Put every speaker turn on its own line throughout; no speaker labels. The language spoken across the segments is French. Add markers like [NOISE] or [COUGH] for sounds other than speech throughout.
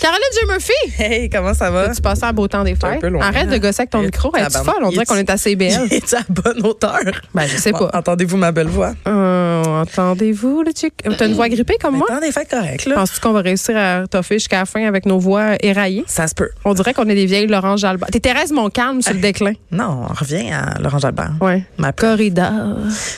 Caroline Dieu Murphy,
Hey, comment ça va?
tu passes un beau temps des
C'est un
fêtes.
peu loin.
Arrête de gosser avec ton
Et
micro. Elle est
tabarnak.
folle. On dirait qu'on est à
[LAUGHS]
CBL.
Es-tu à bonne hauteur?
Ben, je sais
Bon,
pas.
Entendez-vous ma belle voix?
Euh, Entendez-vous, le chick? T'as une voix grippée comme moi?
Attendez, fait correct, là.
Penses-tu qu'on va réussir à toffer jusqu'à la fin avec nos voix éraillées?
Ça se peut.
On dirait qu'on est des vieilles Laurence Jalbert. T'es Thérèse Montcalm
Ah.
sur le déclin.
Non, on revient à Laurent Jalbert.
Ouais.
Ma peur.
Corridor.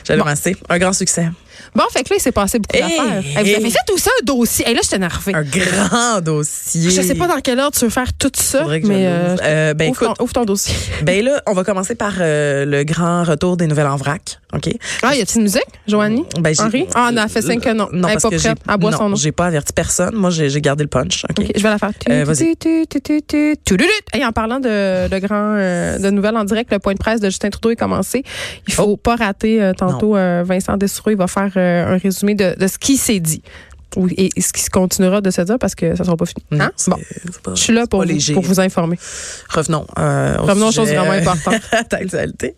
J'ai lancé un grand succès.
Bon, fait que là, il s'est passé beaucoup
Hey,
d'affaires. Hey,
hey.
vous avez fait tout ça un dossier. Hey, là, je suis énervée.
Un grand dossier.
Je sais pas dans quel ordre tu veux faire tout ça,
Faudrait que
mais
je
euh,
l'ouvre. Euh, ben,
ouvre,
écoute,
ton, ouvre ton dossier.
ben là, on va commencer par euh, le grand retour des nouvelles en vrac. OK?
Ah, y a-t-il une musique, Joanie?
Ben, j'ai-
Henri? Ah, non, elle fait signe que non.
Non,
elle est
parce
pas
que
prête.
j'ai-
Elle boit
non,
son nom.
j'ai pas averti personne. Moi, j'ai j'ai gardé le punch. OK?
Ok, je vais la faire.
Euh, vas-y.
Tu, tu, tu, tu, tu, tu, tu, tu. Hey, en parlant de, de grand euh, de nouvelles en direct, le point de presse de Justin Trudeau est commencé. Il faut
Oh.
pas rater euh, tantôt euh, Vincent Dessoureux. Il va faire euh, un résumé de, de ce qui s'est dit Oui, et et ce qui se continuera de se dire parce que ça sera pas fini.
Non,
Hein?
c'est-
Bon,
c'est pas-
je suis là pour
pas
vous,
léger.
pour vous informer.
Revenons. euh, au
Revenons aux choses
sujet,
vraiment
euh, [LAUGHS]
importantes.
d'actualité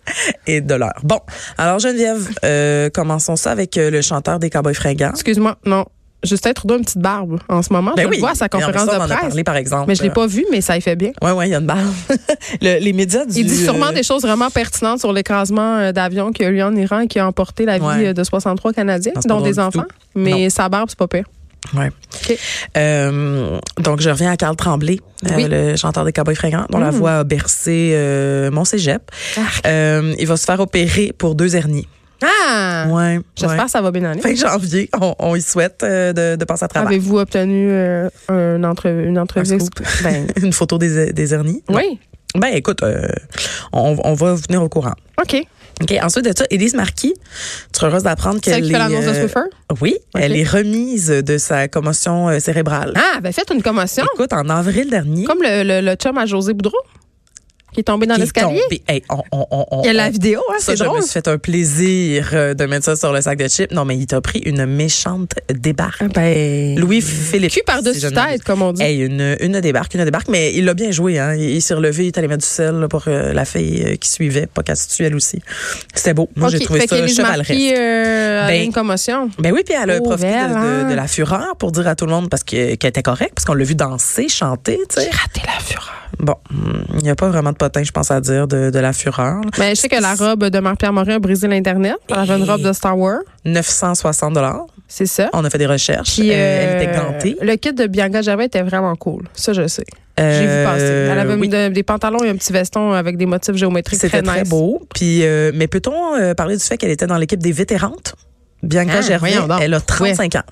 et de l'heure. Bon, alors Geneviève, euh, commençons ça avec euh, le chanteur des Cowboys Fringants.
Excuse-moi, non. Justin Trudeau a une petite barbe en ce
Ben
moment. je le vois à sa
Mais en
conférence
personne,
de
On en a
presse.
parlé, Euh, par exemple.
Mais je l'ai pas vu, mais ça y fait bien.
Oui, oui, il y a une barbe. [LAUGHS] Le- les médias du...
Il dit sûrement
euh,
des choses vraiment pertinentes sur l'écrasement euh, d'avion qui a eu lieu en Iran et qui a emporté la vie
Ouais.
euh, de 63 Canadiens,
Non, c'est pas
dont
drôle
des
du
enfants.
tout.
Mais sa barbe, c'est pas pire.
Ouais.
OK.
Euh, donc, je reviens à Carl Tremblay, euh,
Oui.
le chanteur des Cowboys Fringants, dont la
Mm. Ah.
voix a bercé euh, mon cégep.
Arc.
Euh, il va se faire opérer pour deux hernies.
Ah!
Ouais,
J'espère
ouais.
que ça va bien aller.
Fin janvier, on, on y souhaite euh, de, de passer à [LAUGHS] travers.
Avez-vous obtenu euh, un entre- une entrevue?
Un scoop.
ex-
[LAUGHS]
Ben,
Une photo des, des hernies.
oui.
Ben écoute, euh, on, on va vous tenir au courant.
OK.
OK, ensuite de ça, Élise Marquis, tu seras heureuse d'apprendre qu'elle
Celle qui
est,
fait l'annonce de
euh,
Swiffer?
Oui,
OK.
elle est remise de sa commotion euh, cérébrale.
Ah, ben faites une commotion.
Écoute, en avril dernier,
Comme le, le, le chum à José Boudreau, qui est tombé dans
qui est
l'escalier.
tombée- Hey, on, on- on- on-
Il y a la
on-
vidéo, hein,
ça,
c'est
je me
drôle.
suis fait un plaisir euh, de mettre ça sur le sac de chips. Non, mais il t'a pris une méchante débarque.
Ah, Ben,
Louis-Philippe.
cul
si
par-dessus
je ne m'abuse.
tête, comme on dit.
Hey, une, une débarque, une débarque, mais il l'a bien joué. Hein. Il, il s'est relevé, il est allé mettre du sel là, pour euh, la fille euh, qui suivait, pas qu'elle se tue elle aussi. C'était beau. Moi,
OK,
j'ai trouvé
fait
ça
qu'Élise
chevaleresque.
Marquis, euh, avait
Ben,
une commotion.
Ben oui, puis elle a
Oh,
profité de-
belle,
de,
hein.
de la fureur pour dire à tout le monde parce que- qu'elle était correcte, parce qu'on l'a vu danser, chanter, tu sais.
raté la fureur.
Bon, hum, il n'y a pas vraiment de potin, je pense, à dire de, de la fureur. là.
Mais Ben, je sais que la robe de Marc-Pierre Morin a brisé l'Internet. Elle avait une robe de Star Wars.
960 dollars.
C'est ça.
On a fait des recherches.
Puis,
Euh, elle
euh,
était gantée.
Le kit de Bianca Gervais était vraiment cool. Ça, je sais. J'ai vu passer. Elle avait
Euh, oui.
de- des pantalons et un petit veston avec des motifs géométriques
C'était
très,
très
nice.
beau. Puis, euh, mais peut-on euh, parler du fait qu'elle était dans l'équipe des vétérantes? Bianca
Ah,
Gervais,
voyons donc.
elle a 35 ans.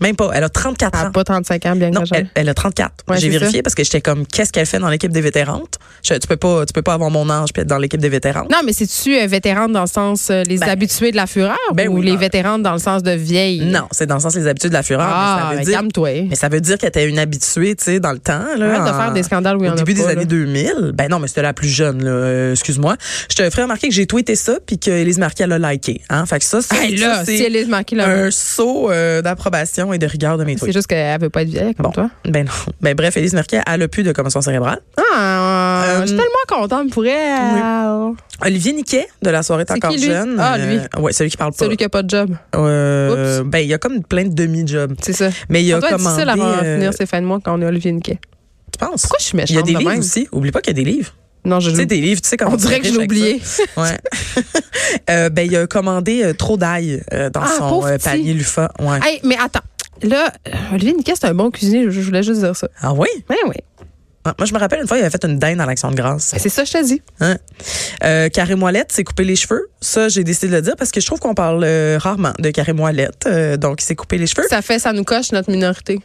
Même pas, elle a 34
Elle
ans.
n'a pas 35 ans, Bianca
Ah. Non,
Gervais.
elle, elle a 34.
Ouais,
J'ai
c'est
vérifié parce que j'étais comme, qu'est-ce qu'elle fait dans l'équipe des vétérantes? Je- tu peux pas, tu peux pas avoir mon âge puis être dans l'équipe des vétérantes.
Non, mais c'est-tu euh, vétérane dans le sens euh, les
Ben,
habitués de la fureur
ben
ou
oui,
les
ben-
vétéranes dans le sens de vieille?
Non, c'est dans le sens les habitudes de la fureur. mais,
Ah,
ça veut
ben,
dire,
calme-toi.
mais ça veut dire qu'elle était une habituée, tu sais, dans le temps. Là,
Arrête de
en-
faire des scandales où il y en
au
a
début des
pas, là.
années 2000. Ben non, mais c'était la plus jeune, là. Euh, excuse-moi. Je te ferai remarquer que j'ai tweeté ça puis que Elise Marquis, elle a liké. Hein? Fait que ça, c'est,
Hey, là,
ça,
si Elise Marquis l'a-
un saut euh, d'approbation et de rigueur de mes
C'est
tweets.
juste qu'elle veut pas être vieille comme
Bon.
toi.
Ben non. Ben bref, Elise Marquis, elle a plus de commotion cérébrale.
Ah,
Euh,
je suis tellement contente euh, pour elle.
Olivier Niquet, de la soirée T'es
C'est
encore
qui, lui?
jeune.
Ah,
euh, ouais, celui qui parle pas.
Celui qui a pas de job,
Euh, ben, il y a comme plein de demi-jobs.
c'est ça.
Mais il y
Ça
a
doit être
commandé...
difficile à
euh,
finir ces fins de mois quand on a Olivier Niquet.
tu penses?
Pourquoi je suis
Il y a
méchante
des
de
livres
même?
aussi. Oublie pas qu'il y a des livres.
Non, je
Tu sais,
l'oublie.
des livres, tu sais comment
On dirait que je l'ai oublié.
Ouais. Euh, ben, il a commandé euh, trop d'ail euh, dans
Ah,
son
pauvre
euh,
petit.
panier Lufa. Ouais.
[LAUGHS] Hey, mais attends. Là, euh, Olivier Niquet, c'est un bon cuisinier. Je, je voulais juste dire ça.
Ah oui?
Ben oui.
Ah, Moi, je me rappelle une fois, il avait fait une dinde à l'action de grâce.
Ben, C'est ça, je te dis.
Hein? Euh, Carré Moilette s'est coupé les cheveux. Ça, j'ai décidé de le dire parce que je trouve qu'on parle euh, rarement de Carré Moilette. Euh, donc, il s'est coupé les cheveux
Ça fait, ça nous coche notre minorité.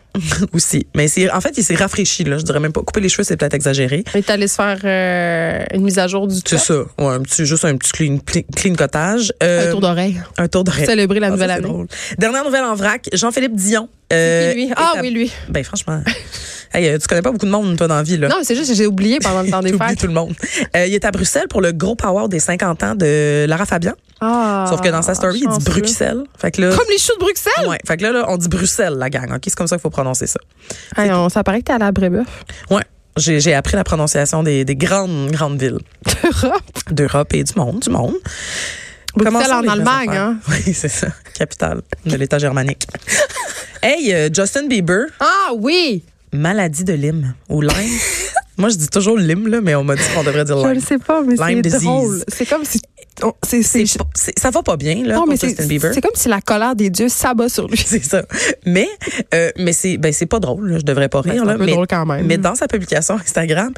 aussi. Mais c'est, en fait, il s'est rafraîchi. Là. Je dirais même pas. Couper les cheveux, c'est peut-être exagéré.
On est allé se faire euh, une mise à jour du
C'est
tout.
ça. Ouais, un petit, juste un petit clean, clean, clean-cotage.
Un
Euh,
tour d'oreille.
un tour de
Pour célébrer la
Ah, ça,
nouvelle
c'est
année.
drôle. Dernière nouvelle en vrac, Jean-Philippe Dion.
Puis
euh,
lui.
est
Ah
à-
oui, lui.
Ben franchement, [LAUGHS] hey, euh, tu connais pas beaucoup de monde toi dans la vie là.
Non, mais c'est juste que j'ai oublié pendant
[LAUGHS]
le temps des
T'oublies
fêtes.
tout le monde. Euh, il est à Bruxelles pour le gros power des 50 ans de Lara Fabian.
Ah,
Sauf que dans sa story, il dit
chanceux.
Bruxelles. Fait que là,
Comme les choux de Bruxelles.
ouais. Fait que là, là, on dit Bruxelles, la gang. Ok, c'est comme ça qu'il faut prononcer ça.
Hey, on, ça paraît que t'es allé à [LAUGHS] Brébeuf.
Ouais. J'ai j'ai appris la prononciation des, des grandes grandes villes d'Europe et du monde, du monde.
Bruxelles
Commençons
en
les vraies
Allemagne,
affaires.
hein.
Oui, c'est ça. [LAUGHS] Capitale de l'État germanique. hey, euh, Justin Bieber,
Ah oui.
maladie de Lyme
[LAUGHS]
ou Lyme. Moi, je dis toujours Lyme, là, mais on m'a dit qu'on devrait dire
Je
Lyme.
le sais pas, mais
Lyme
c'est
disease.
drôle. C'est comme si. on- c'est- c'est-
C'est pas- c'est- ça va pas bien, là,
Non,
pour
mais c'est
Justin Bieber.
c'est comme si la colère des dieux s'abat sur lui.
[LAUGHS] C'est ça. Mais, euh, mais c'est ben, c'est pas drôle, là, je devrais pas
Ben,
rire.
c'est un
là,
peu
mais,
drôle quand même.
Mais dans sa publication Instagram,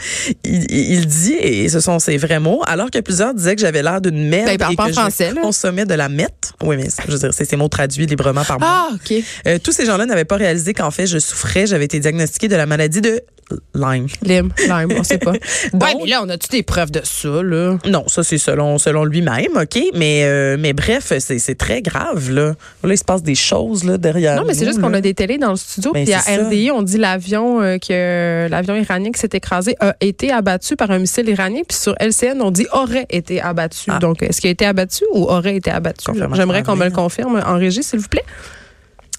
il, il- il dit, et ce sont ses vrais mots, alors que plusieurs disaient que j'avais l'air d'une merde
Ben, il parle
et
pas en
que
français,
je
là.
consommais de la mette. Oui, mais c'est- je veux dire, c'est ces mots traduits librement par moi.
Ah, OK.
Euh, tous ces gens-là n'avaient pas réalisé qu'en fait, je souffrais, j'avais été diagnostiquée de la maladie de Lyme.
Lyme, Lyme, on sait pas. [LAUGHS]
Donc-
ouais, mais là, on a-tu des preuves de ça, là?
Non, ça c'est selon selon lui-même, ok. Mais euh, mais bref, c'est c'est très grave là. Là, il se passe des choses là derrière.
Non, mais c'est
Euh, nous,
juste qu'on
là.
a des télés dans le studio.
Ben,
puis à
c'est ça.
RDI, on dit l'avion euh, que l'avion iranien qui s'est écrasé a été abattu par un missile iranien. Puis sur LCN, on dit aurait été abattu.
Ah.
Donc, est-ce qu'il a été abattu ou aurait été abattu?
Confirmation
J'aimerais qu'on me le
arrivée.
confirme en régie, s'il vous plaît.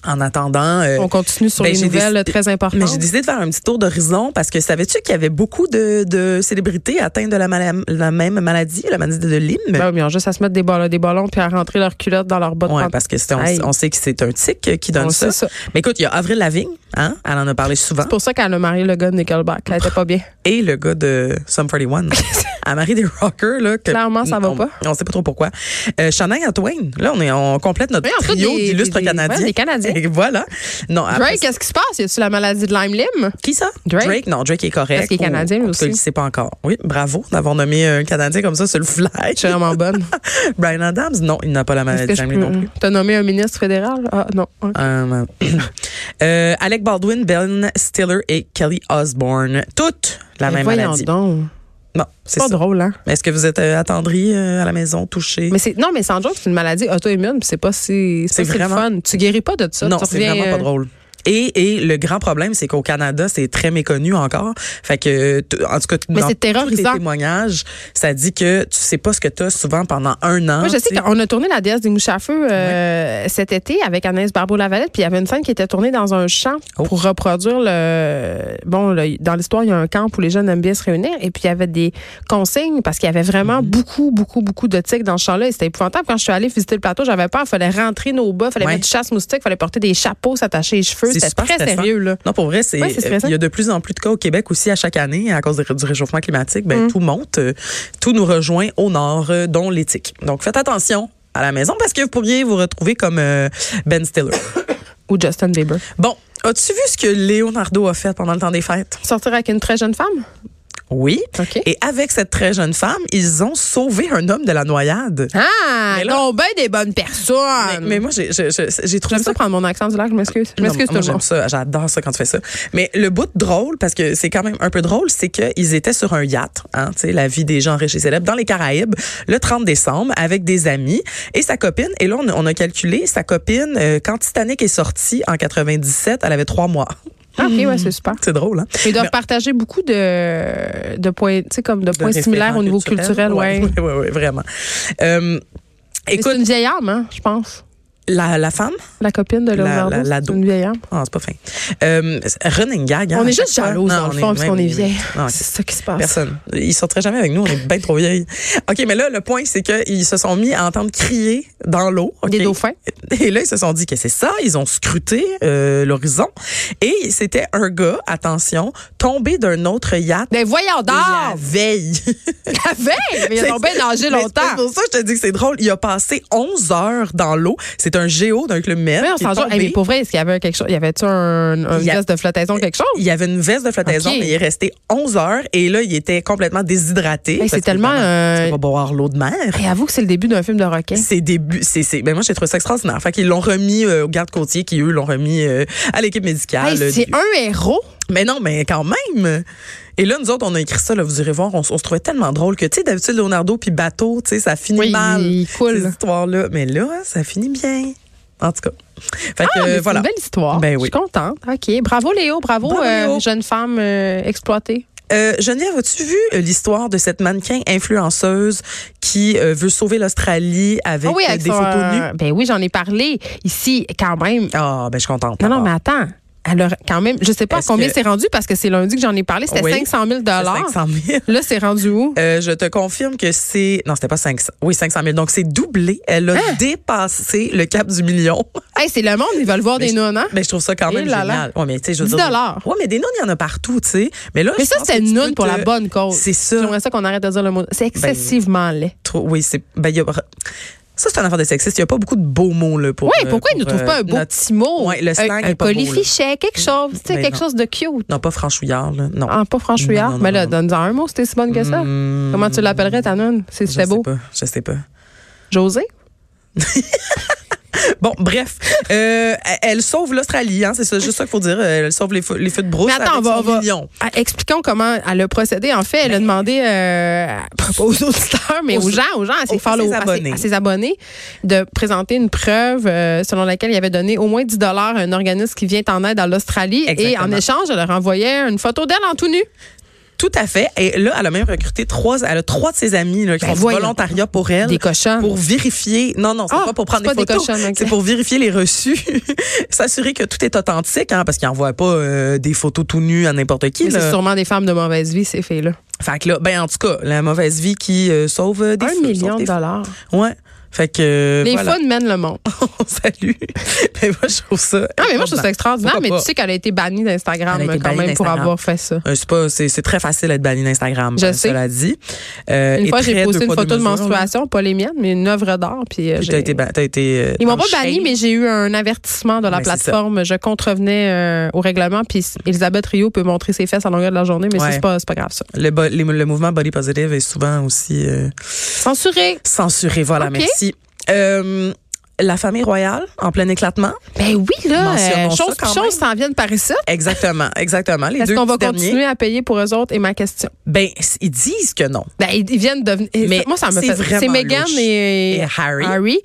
En attendant. euh,
On continue sur
ben,
les
j'ai
nouvelles
décidé-
très importantes.
mais j'ai décidé de faire un petit tour d'horizon parce que savais-tu qu'il y avait beaucoup de, de célébrités atteintes de la, mala- la même maladie, la maladie de Lyme?
Ben oui, mais ils ont juste à se mettre des ballons, des ballons puis à rentrer leurs culottes dans leurs bottes.
Ouais,
pantoufles.
parce que c'est- on,
Aïe.
on sait que c'est un tic qui donne
On
ça.
sait ça.
Mais écoute, il y a Avril Lavigne, hein, elle en a parlé souvent,
C'est pour ça qu'elle a marié le gars de Nickelback. Elle était pas
[LAUGHS]
bien.
et le gars de Sum
[LAUGHS]
41, là. à Marie des Rockers là. que-
Clairement, ça va
on,
pas.
On sait pas trop pourquoi. Euh, Shania Twain, là, on est, on complète notre
Oui, en fait,
trio
des-
d'illustres
des- des-
canadiens.
ouais, des Canadiens.
[LAUGHS] Et voilà. Non, après
Drake, qu'est-ce qui se passe? Y a-tu la maladie de Lyme Lyme?
Qui ça?
Drake.
Non, Drake est correct.
Parce qu'il est
On-
Canadien, lui
on te le
aussi.
sait pas encore. Oui, bravo d'avoir nommé un Canadien comme ça sur le fly. [LAUGHS]
Je suis vraiment bonne.
Brian Adams, non, il n'a pas la
Est-ce
maladie
que
de
je
Lyme, lui non plus.
peux... T'as nommé un ministre fédéral? Ah, non. Ok.
Euh, [CLEARS THROAT] euh, Alec Baldwin, Ben Stiller et Kelly Osbourne. Toutes la
Mais
même
voyons
maladie.
donc.
Non, c'est
C'est pas
ça.
drôle, hein?
Est-ce que vous êtes euh, attendri euh, à la maison, touché?
Mais c'est, non, mais sans joke, c'est une maladie auto-immune, puis c'est pas si. C'est
C'est
pas si le
vraiment-
fun. Tu guéris pas de ça.
Non,
tu
c'est
reviens,
vraiment
euh,
pas drôle. Et, et le grand problème, c'est qu'au Canada, c'est très méconnu encore. Fait que, t- en tout cas,
Mais
dans
c'est
tous les
terrorisant.
témoignages, ça dit que tu sais pas ce que t'as souvent pendant un an.
Moi, je
tu
sais qu'on a tourné La déesse des mouches à feu euh, cet été avec Anaïs Barbeau-Lavalette, puis il y avait une scène qui était tournée dans un champ
Oh.
pour reproduire le. Bon, là, dans l'histoire, il y a un camp où les jeunes aiment bien se réunir, et puis il y avait des consignes parce qu'il y avait
Mm-hmm.
vraiment beaucoup, beaucoup, beaucoup de tics dans ce champ-là, et c'était épouvantable. Quand je suis allée visiter le plateau, j'avais peur, il fallait rentrer nos bas, il fallait
Ouais.
mettre du chasse-moustique, il fallait porter des chapeaux, s'attacher les cheveux.
C'est
C'était
super
très
stressant.
sérieux, là.
Non, pour vrai, c'est
Ouais, c'est stressant.
il y a de plus en plus de cas au Québec aussi à chaque année hein, à cause du- du réchauffement climatique. Ben,
Mm.
Tout monte, euh, tout nous rejoint au nord, euh, dont l'éthique. Donc faites attention à la maison parce que vous pourriez vous retrouver comme euh, Ben Stiller.
Ou Justin Bieber.
bon, as-tu vu ce que Leonardo a fait pendant le temps des fêtes?
Sortir avec une très jeune femme?
Oui.
OK.
Et avec cette très jeune femme, ils ont sauvé un homme de la noyade.
Ah,
Mais là-
non, ben des bonnes
Mais,
personnes.
mais moi, j'ai j'ai- j'ai- j'ai trouvé
Ah, J'aime ça
ça.
prendre mon accent du lac, je m'excuse. Je
Non,
m'excuse tout
moi,
le
j'aime
monde.
ça. J'adore ça quand tu fais ça. Mais le bout de drôle, parce que c'est quand même un peu drôle, c'est qu'ils étaient sur un yacht, hein, tu sais, la vie des gens riches et célèbres, dans les Caraïbes, le 30 décembre, avec des amis et sa copine. Et là, on, on a calculé, sa copine, euh, quand Titanic est sorti en 97, elle avait trois mois. [LAUGHS]
Ah, OK, ouais, c'est super.
C'est drôle, hein?
Ils doivent
Mais-
partager beaucoup de, de points, tu sais, comme de points
De
similaires au
référents
niveau
culturels,
culturel, ouais.
ouais. [LAUGHS] ouais, ouais, vraiment. Euh,
Mais
écoute,
C'est une vieille âme, hein, je pense.
la, la femme,
La copine de
La-
Leonardo,
la- l'ado.
c'est une vieille âme.
Ah, c'est pas fin. Euh, running gag. hein,
On
à
est juste
chaque fois.
jaloux,
Non,
dans le fond, parce
même-
qu'on est
même-
vieille.
Non,
C'est ça qui se passe.
Personne. Ah, Ils sortiraient jamais avec nous, on est bien trop vieilles. OK, mais là, le point, c'est qu'ils se sont mis à entendre crier dans l'eau. OK?
Des dauphins.
Et là, ils se sont dit que c'est ça. Ils ont scruté euh, l'horizon. Et c'était un gars, attention, tombé d'un autre yacht
Ben voyons
la
d'or!
veille.
La veille! Mais Ils
C'est-
ont bien nagé
[LAUGHS] Mais
longtemps.
C'est pour ça que je te dis que c'est drôle. Il a passé 11 heures dans l'eau. C'est un géo d'un club med.
Mais on
qui est
s'en joue. Hey,
tombé.
mais pour vrai, est-ce qu'il y avait quelque chose? Y avait-tu un, un
Il y a-
geste de flottaison, quelque chose?
Il y avait une veste de flottaison,
Ok.
mais il est resté 11 heures et là, il était complètement déshydraté.
Hey, c'est
parce que,
tellement,
évidemment, Tu
euh,
peux pas boire l'eau de mer.
Et avoue que c'est le début d'un film de requin.
C'est début, c'est c'est. Ben moi j'ai trouvé ça extraordinaire. Fait qu'ils l'ont remis euh, aux gardes côtiers qui eux l'ont remis euh, à l'équipe médicale. euh,
Hey, c'est
Du-
un héros.
Mais non, mais quand même. Et là nous autres on a écrit ça là, vous irez voir, on, s- on se trouvait tellement drôle que tu sais d'habitude Leonardo puis bateau, tu sais ça finit
Oui,
mal
il coule.
ces histoires là, mais là hein, ça finit bien. En tout cas. Fait que
Ah, mais
euh,
c'est
voilà.
une belle histoire.
Ben
Je
oui.
suis contente. OK. Bravo, Léo. Bravo,
Bravo,
euh,
Léo.
jeune femme euh, exploitée.
Euh, Geneviève, as-tu vu euh, l'histoire de cette mannequin influenceuse qui euh, veut sauver l'Australie avec,
Ah oui,
euh,
avec
des
son,
photos
euh,
nues?
Ben oui, j'en ai parlé ici quand même.
Ah, ben je suis contente.
Non, non,
d'abord.
mais attends. alors quand même, je sais pas à
Est-ce
combien
que-
c'est rendu parce que c'est lundi que j'en ai parlé, c'était
Oui.
500 000
C'est
dollars.
500 000.
Là, c'est rendu où?
Euh, je te confirme que c'est non c'était pas 500 oui 500 000 donc c'est doublé elle a
Hein?
dépassé le cap du million
Hey, c'est le monde, ils veulent voir
Mais
des
je-
nonnes, hein?
mais je trouve ça quand
Et
même
là là.
génial ouais mais tu sais je veux
10
dire ouais mais des nonnes il y en a partout tu sais mais là
Mais
je
ça,
pense
c'est
que tu
une
peux
nonne pour
te-
la bonne cause.
c'est ça Ben,
J'aimerais ça qu'on arrête de dire le mot. C'est excessivement laid.
Trop- oui c'est ben il y a ça c'est un affaire de sexiste il y a pas beaucoup de beaux mots là pour
Oui,
euh,
pourquoi ils ne
pour,
trouvent
euh,
pas un beau
notre-
petit mot?
Ouais, le
Un-
slang
un,
est pas beau, là.
polyfichet, quelque chose, tu sais,
Ben
quelque
non.
chose de cute.
non pas franchouillard là non
Ah, pas franchouillard.
Non, non,
Mais là,
non, non.
donne-en un mot si t'es si bonne que ça.
Hmm,
Comment tu l'appellerais ta nonne, si
je sais
c'était beau?
pas, je sais pas
José?
Bon, bref, euh, elle sauve l'Australie, hein, c'est ça, juste ça qu'il faut dire. euh, Elle sauve les, feux- les feux de brousse
Mais attends,
avec
on va-
son
on va-
million.
Ah, Expliquons comment elle a procédé. En fait, elle a demandé euh, pas aux auditeurs, mais aux,
Ben, Aux-
gens, aux gens, à ses,
aux-
followers,
ses
à ses-
abonnés.
à ses abonnés, de présenter une preuve euh, selon laquelle il avait donné au moins 10 dollars à un organisme qui vient en aide à l'Australie. Et en
Exactement.
échange, elle leur envoyait une photo d'elle en tout nu.
Tout à fait. Et là, elle a même recruté trois, elle a trois de ses amis là, qui
Ben
font du
voyons.
volontariat pour elle.
Des cochons.
pour vérifier. Non, non, c'est
Ah,
pas pour prendre
c'est
des
pas des
photos.
cochons, ok.
C'est pour vérifier les reçus, [LAUGHS] s'assurer que tout est authentique, hein, parce qu'ils envoient pas euh, des photos tout nues à n'importe qui.
Mais
là.
C'est sûrement des femmes de mauvaise vie, ces filles-là.
Fait que là, ben en tout cas, la mauvaise vie qui euh, sauve euh, des
Un
feux,
million
sauve
de
des feux.
dollars.
Ouais. Fait que euh,
Les
voilà.
fun mènent le monde.
[LAUGHS] On salue. [LAUGHS] Mais moi, je trouve ça.
Ah, mais moi, je trouve ça extraordinaire,
Pourquoi
mais tu
pas?
sais qu'elle a été bannie d'Instagram
Elle a été
quand
bannie
même pour
d'Instagram.
avoir fait ça.
Euh, C'est pas, c'est, c'est très facile d'être banni d'Instagram.
Je
euh,
sais.
Cela dit. Euh,
Une
et
fois, j'ai
très
posté
deux
une
poids,
photo de
deux mesures, là.
menstruation, pas les miennes, mais une œuvre d'art. Puis, euh,
Puis
j'ai-
t'as été, ban- t'as été. euh,
Ils m'ont
dans
pas
le
banni,
shade.
mais j'ai eu un avertissement de la
Ouais, c'est ça.
plateforme. Je contrevenais euh, au règlement. Puis Elisabeth Rio peut montrer ses fesses à longueur de la journée, mais ça,
Ouais.
c'est pas, c'est pas grave, ça.
Le, bo- les- le mouvement body positive est souvent aussi euh,
Censuré.
censuré. Voilà,
Ok.
merci. Euh, la famille royale en plein éclatement.
Ben oui, là, euh,
Mentionnons ça
chose
quand
puis chose s'en viennent par ici.
Exactement, [LAUGHS] exactement. Les
Est-ce
deux
qu'on va
petits derniers.
continuer à payer pour eux autres? Et ma question.
Ben, c- ils disent que non.
Ben, ils ils viennent de.
Mais
moi, ça me
c'est
fait.
vraiment
C'est Meghan
louche.
et,
Et Harry.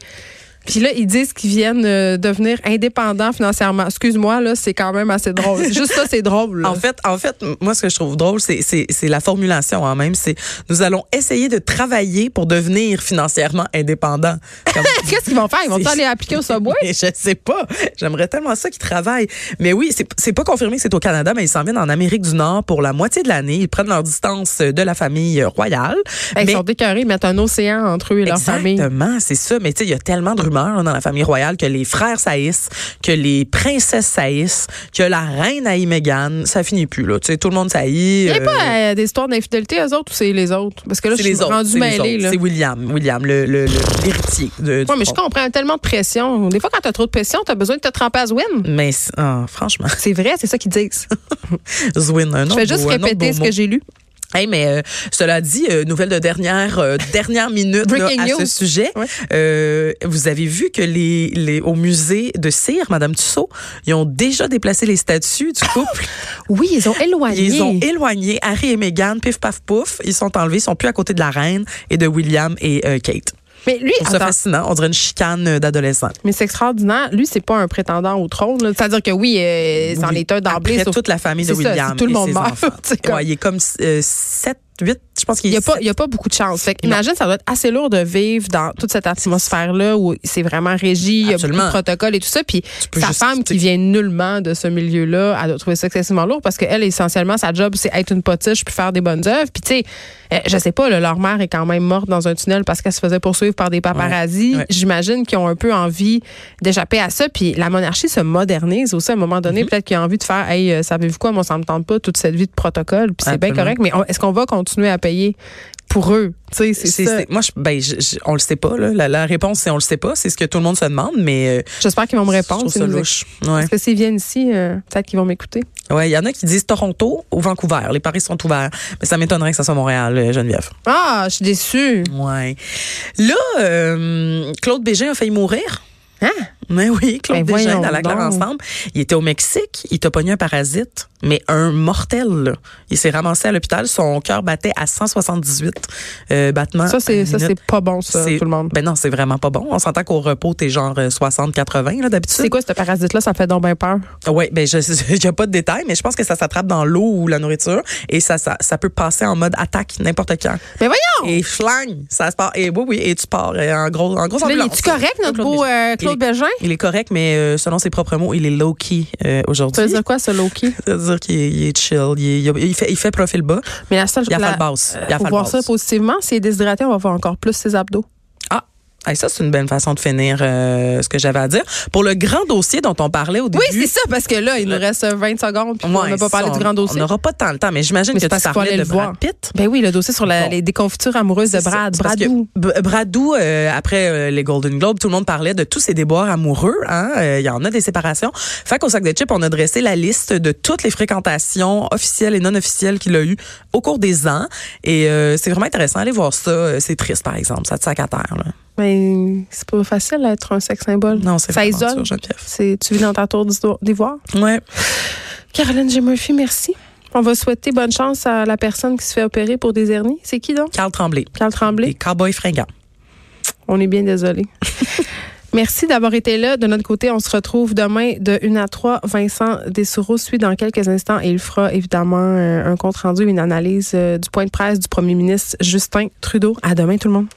Puis là, ils disent qu'ils viennent euh, devenir indépendants financièrement. Excuse-moi, là, c'est quand même assez
[LAUGHS]
drôle. Juste ça, c'est drôle. là.
En fait, en fait, m- moi, ce que je trouve drôle, c'est, c'est, c'est la formulation, hein, même. C'est, nous allons essayer de travailler pour devenir financièrement indépendants. Comme-
Qu'est-ce qu'ils vont faire? Ils vont
C'est-
aller appliquer au Subway?
Mais [LAUGHS] je sais pas. J'aimerais tellement ça qu'ils travaillent. Mais oui, c'est- c'est pas confirmé que c'est au Canada, mais ils s'en viennent en Amérique du Nord pour la moitié de l'année. Ils prennent leur distance euh, de la famille royale.
Hey,
mais
Ben, Ils sont décœurés, ils mettent un océan entre eux et leur famille.
Exactement, c'est ça. Mais tu sais, il y a tellement de rumeurs là, dans la famille royale que les frères saillissent, que les princesses saillissent, que la reine haït Meghan. Ça finit plus, là. Tu sais, tout le monde saillit.
Il n'y a
euh,
pas euh, des histoires d'infidélité, eux autres, ou c'est les autres? Parce que là, je
c'est
suis
les autres.
rendue
C'est les
mêlée.
autres.
Là.
C'est William, William, le- le- le- l'héritier. de- du
Ouais, mais je
trône.
comprends tellement de pression. Des fois, quand tu as trop de pression, tu as besoin de te tremper à Zwin.
Mais [LAUGHS] c'est- ah, franchement, [LAUGHS]
C'est vrai, c'est ça qu'ils disent.
Zwin, un
Je
autre
vais juste
beau- un autre
répéter
beau
ce
mot.
que j'ai lu.
Hey, mais euh, cela dit, euh, nouvelle de dernière euh, dernière minute là,
Breaking
à
news.
ce sujet.
Ouais.
Euh, vous avez vu que les, les au musée de Cire, Madame Tussaud, ils ont déjà déplacé les statues du
[GASPS]
couple.
Oui, ils ont éloigné.
ils ont éloigné Harry et Meghan, pif paf pouf. Ils sont enlevés, ils sont plus à côté de la reine et de William et euh, Kate.
Mais lui,
Je trouve ça
attends,
fascinant. On dirait une chicane euh, d'adolescents.
mais c'est extraordinaire. Lui, c'est pas un prétendant au trône. là. C'est-à-dire que oui, euh, c'en
Oui.
est un d'emblée.
Après
sauf-
toute la famille de
C'est ça,
William
si tout le
et
monde
ses
meurt, [LAUGHS]
enfants.
c'est comme-
Ouais, il est comme 7, 8, je pense qu'il
Il n'y
est
a, pas-
sept.
il y a pas beaucoup de chance. Fait que imagine, ça doit être assez lourd de vivre dans toute cette atmosphère-là où c'est vraiment régi, il y a beaucoup de
Absolument.
protocoles et tout ça. Puis
Tu peux
sa
juste-
femme qui vient nullement de ce milieu-là, elle doit trouver ça excessivement lourd parce qu'elle, essentiellement, sa job, c'est être une potiche puis faire des bonnes œuvres. Puis tu sais, euh, je sais pas, là, leur mère est quand même morte dans un tunnel parce qu'elle se faisait poursuivre par des paparazzis.
Ouais, ouais.
J'imagine qu'ils ont un peu envie d'échapper à ça. Puis la monarchie se modernise aussi à un moment
Mm-hmm.
donné. Peut-être qu'ils ont envie de faire, hey, euh, savez-vous quoi, moi, ça me tente pas toute cette vie de protocole. Puis c'est bien
Absolument.
correct, mais on- est-ce qu'on va continuer à payer pour eux? Tu sais, c'est
C'est-
ça.
c'est- Moi, je, ben, je- je- on le sait pas. Là. La, la réponse, c'est on le sait pas. C'est ce que tout le monde se demande, mais euh,
J'espère qu'ils vont me
je
répondre.
trouve
s'ils
ça
nous écoutent.
louche. Ouais.
Parce que s'ils viennent ici, euh, peut-être qu'ils vont m'écouter.
Ouais, il y en a qui disent Toronto ou Vancouver. Les paris sont ouverts, mais ça m'étonnerait que ça soit Montréal, euh, Geneviève.
Ah, je suis déçue.
Ouais. Là, euh, Claude Bégin a failli mourir.
Hein?
Mais oui,
Ben
Claude Bégin
voyons
dans la claire
donc.
ensemble. Il était au Mexique, il t'a pogné un parasite, mais un mortel. là. Il s'est ramassé à l'hôpital, son cœur battait à 178 euh, battements.
Ça, c'est,
par
ça,
minute.
c'est pas bon, ça,
C'est-
tout le monde.
Ben non, c'est vraiment pas bon. On s'entend qu'au repos, t'es genre 60-80 là
C'est
d'habitude.
quoi ce parasite-là? Ça fait donc bien peur.
Oui, ben je [LAUGHS] y a pas de détails, mais je pense que ça s'attrape dans l'eau ou la nourriture et ça ça, ça peut passer en mode attaque n'importe quand.
Mais voyons!
Et flang, ça se part et oui oui et tu pars euh, en gros en gros
Là, il est-tu correct, notre beau euh, Claude Bégin?
Il est correct, mais euh, selon ses propres mots, il est low-key euh,
Ça veut
aujourd'hui. [LAUGHS]
dire quoi, ce Loki?
Ça veut dire qu'il est, il est chill, il, est- il a- il fait, il fait profil bas.
Mais la seule
Il a fait
la-
le boss. Il a
faut
fait le
voir ça
boss.
positivement. S'il est déshydraté, on va voir encore plus ses abdos.
Ah, hey, ça, c'est une bonne façon de finir euh, ce que j'avais à dire. Pour le grand dossier dont on parlait au début.
Oui, c'est ça, parce que là, il nous reste 20 secondes, puis on
Ouais,
n'a pas parlé
ça,
du grand
on- On
dossier.
n'aura pas tant le temps, mais j'imagine
Mais
que
c'est parce
tu
qu'il faut
parlais
aller
de
le voir.
Brad Pitt.
Ben oui, le dossier sur la-
Bon.
les déconfitures amoureuses de
C'est ça.
Brad.
C'est parce que
Bradou.
B- Bradou, euh, après euh, les Golden Globes, tout le monde parlait de tous ses déboires amoureux. hein. Euh, Il y en a des séparations. Fait qu'au sac de chips, on a dressé la liste de toutes les fréquentations officielles et non officielles qu'il a eues au cours des ans. Et euh, c'est vraiment intéressant. Allez voir ça. Euh, C'est triste, par exemple. Ça te sac à terre. là.
Mais Ben, c'est pas facile d'être un sex symbole.
Non, c'est
Ça
vraiment
isole.
dur, Geneviève.
C'est, tu vis dans ta tour d'iso- d'ivoire.
Ouais.
Caroline J. Murphy, merci. On va souhaiter bonne chance à la personne qui se fait opérer pour des hernies. C'est qui donc?
Carl Tremblay.
Carl Tremblay.
Les cowboys fringants.
On est bien désolé. [LAUGHS] Merci d'avoir été là. De notre côté, on se retrouve demain de 1 à 3. Vincent Dessoureau suit dans quelques instants et il fera évidemment euh, un compte rendu, une analyse euh, du point de presse du premier ministre Justin Trudeau. À demain tout le monde.